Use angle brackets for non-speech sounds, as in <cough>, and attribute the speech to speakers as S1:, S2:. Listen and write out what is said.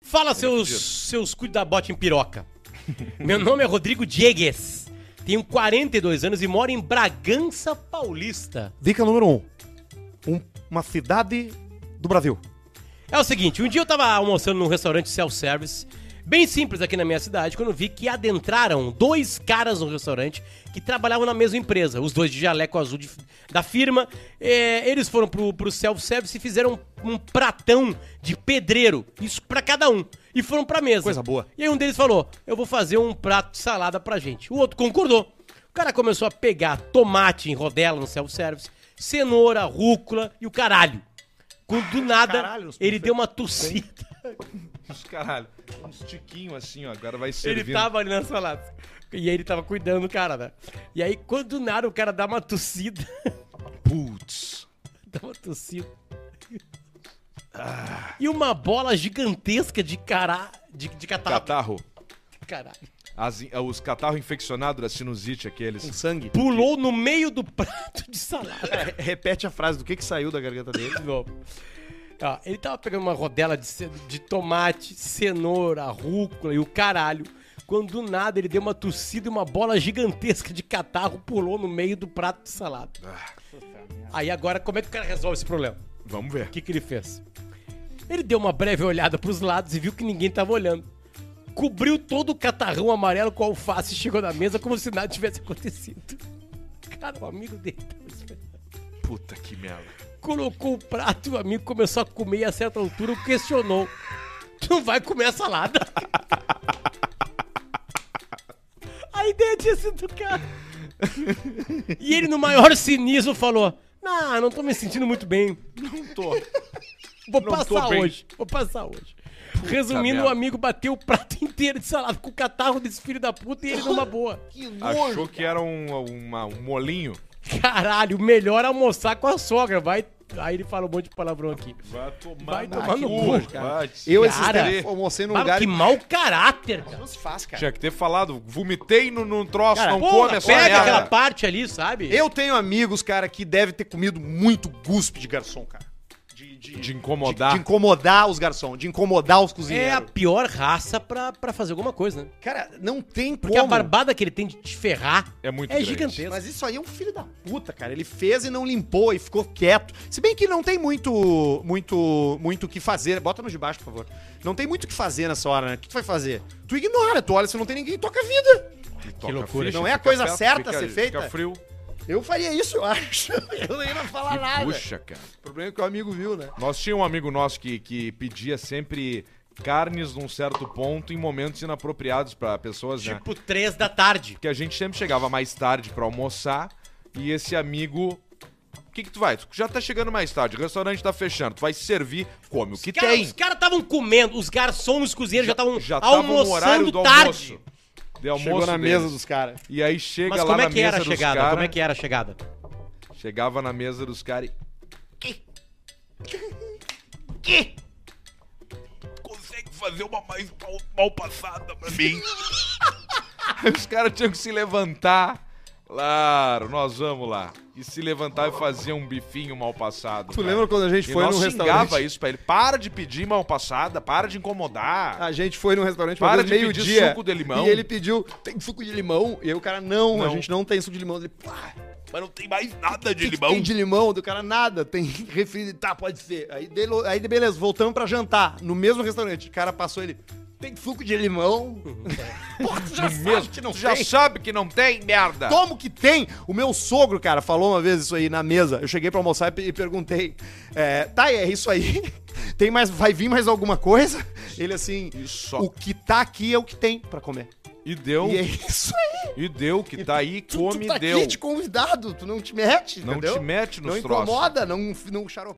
S1: Fala, seus, seus cu da bota em piroca. Meu nome é Rodrigo Diegues. Tenho 42 anos e moro em Bragança Paulista.
S2: Dica número um. um uma cidade do Brasil.
S1: É o seguinte, um dia eu tava almoçando num restaurante self-service, bem simples aqui na minha cidade, quando eu vi que adentraram dois caras no restaurante que trabalhavam na mesma empresa, os dois de jaleco azul de- da firma. É, eles foram pro, pro self-service e fizeram um pratão de pedreiro, isso pra cada um, e foram pra mesa.
S2: Coisa boa.
S1: E aí um deles falou: Eu vou fazer um prato de salada pra gente. O outro concordou. O cara começou a pegar tomate em rodela no self-service, cenoura, rúcula e o caralho. Quando do nada,
S3: Caralho, os
S1: ele deu uma tossida.
S3: Os Caralho, um tiquinho assim, ó. Agora vai
S1: Ele
S3: servir.
S1: tava ali na salada. E aí ele tava cuidando do cara, né? E aí, quando do nada o cara dá uma tossida. <laughs>
S3: Putz.
S1: dá uma tossida. E uma bola gigantesca de cará. De, de catarro.
S3: Catarro.
S1: Caralho.
S3: As- os catarro infeccionados da sinusite,
S2: Com
S3: aqueles.
S2: sangue.
S1: Pulou no meio do prato de salada.
S2: É, Repete a frase do que, que saiu da garganta dele.
S1: de novo. Ó, ele tava pegando uma rodela de, ce- de tomate, cenoura, rúcula e o caralho. Quando do nada ele deu uma tossida e uma bola gigantesca de catarro pulou no meio do prato de salada. Aí agora, como é que o cara resolve esse problema?
S3: Vamos ver.
S1: O que, que ele fez? Ele deu uma breve olhada pros lados e viu que ninguém tava olhando. Cobriu todo o catarrão amarelo com alface e chegou na mesa como se nada tivesse acontecido. Cara, o amigo dele tá tava esperando
S3: Puta que merda.
S1: colocou o prato e o amigo começou a comer e a certa altura o questionou. Tu não vai comer a salada? a ideia tinha sido do cara. E ele, no maior cinismo, falou: Não, não tô me sentindo muito bem.
S3: Não tô.
S1: Vou
S3: Não tô
S1: passar
S3: bem."
S1: hoje. Vou passar hoje. Resumindo, o
S3: merda.
S1: amigo bateu o prato inteiro de salada com o catarro desse filho da puta e ele numa boa.
S3: Achou que era um, uma- um molinho.
S1: Caralho, melhor almoçar com a sogra. Vai. Aí ele fala um monte de palavrão aqui.
S3: Vai tomar,
S1: Vai
S2: Tá
S3: na
S1: tomar no
S3: Tá cu,
S1: cu, cara.
S3: vai
S2: Eu,
S3: se
S2: esses
S1: Cara.
S3: fuder.
S2: tempos, almocei num
S1: Mas
S2: lugar...
S1: que mau caráter, cara.
S2: Não se faz, cara.
S3: Tinha que ter falado, vomitei no, num troço,
S2: Cara,
S3: não
S1: Porra,
S3: come essa
S1: pega
S3: merda.
S1: aquela parte ali, sabe?
S2: Eu tenho amigos, cara, que deve ter comido muito guspe de garçom, cara. De, de-
S3: De incomodar.
S2: De, de incomodar os garçom, de incomodar
S1: É
S2: os
S1: a
S2: cozinheiros.
S1: pior raça pra, pra fazer alguma coisa, né?
S2: É, Cara, não tem
S1: Porque
S2: como.
S1: a barbada que ele tem de te ferrar
S3: É muito
S1: é
S3: grande.
S1: gigantesca.
S2: Mas isso aí é um filho da puta, cara. Ele fez e não limpou e ficou quieto. Se bem que não tem muito, muito, muito o que fazer. Bota no de baixo, por favor. Não tem muito o que fazer nessa hora, né? O que tu vai fazer? Tu ignora, tu olha, se não tem ninguém, toca a vida.
S3: E toca
S1: loucura,
S3: ficha,
S2: não é a
S3: fica
S2: coisa
S3: perto,
S2: certa a
S3: fica-
S2: ser feita.
S3: Fica frio.
S2: Eu faria isso, eu acho. <laughs> Eu nem ia falar nada.
S3: Puxa, cara.
S2: O problema é que o amigo viu, né?
S3: Nós tinha um amigo nosso que, que pedia sempre carnes num certo ponto em momentos inapropriados pra pessoas, né?
S1: Tipo, três da tarde.
S3: Porque a gente sempre chegava mais tarde pra almoçar e esse amigo... O que que tu vai? Tu já tá chegando mais tarde, o restaurante tá fechando, tu vai servir, come o que
S1: Cara,
S3: tem.
S1: Os caras estavam comendo, os garçons, os cozinheiros já estavam
S3: tava no
S1: almoçando tarde.
S3: De almoço
S2: Chegou na
S3: deles.
S2: mesa dos caras.
S3: E aí chega
S1: Mas
S3: lá
S1: como
S3: na
S1: é que era a
S3: mesa dos
S1: chegada?
S3: cara,
S1: Como é que era a chegada?
S3: Chegava na mesa dos caras
S4: consegue fazer uma mais mal, mal passada pra mim?
S3: e... <laughs> Os caras tinham que se levantar. Claro, nós vamos lá. E se levantar e fazer um bifinho mal passado.
S2: Tu
S3: cara.
S2: lembra quando a gente
S3: E
S2: foi
S3: nós
S2: num
S3: xingava
S2: restaurante?
S3: isso pra ele. Para de pedir mal passada, para de incomodar.
S2: A gente foi num restaurante
S3: Para
S2: para
S3: de
S2: meio
S3: pedir
S2: dia
S3: suco de limão.
S2: e ele pediu tem suco de limão e aí o cara não, a
S3: Não.
S2: gente não tem suco de limão. Ele, pá,
S4: Mas não tem mais nada de
S2: que que
S4: limão.
S2: Tem de limão, do cara nada, tem refri, tá, pode ser. Aí, dele, aí beleza, voltamos pra jantar, no mesmo restaurante. O cara passou ele, tem suco de limão? Pô, tu já
S3: No mesmo,
S2: que não
S3: tu já
S2: tem.
S3: sabe que não tem, merda.
S2: Como que tem? O meu sogro, cara, falou uma vez isso aí na mesa. Eu cheguei pra almoçar e pe- e perguntei, é, tá, é isso aí? <laughs> Tem mais, vai vir mais alguma coisa? Ele assim,
S3: Isso.
S2: o que tá aqui é o que tem pra comer.
S3: E deu,
S2: E é isso aí.
S3: e deu, que tá aí,
S2: Tu,
S3: Então, come
S2: tu
S3: e
S2: tá
S3: deu.
S2: aqui de convidado, tu não te mete,
S3: Não
S2: entendeu?
S3: te mete nos
S2: Não
S3: troços.
S2: incomoda, não, não xarope.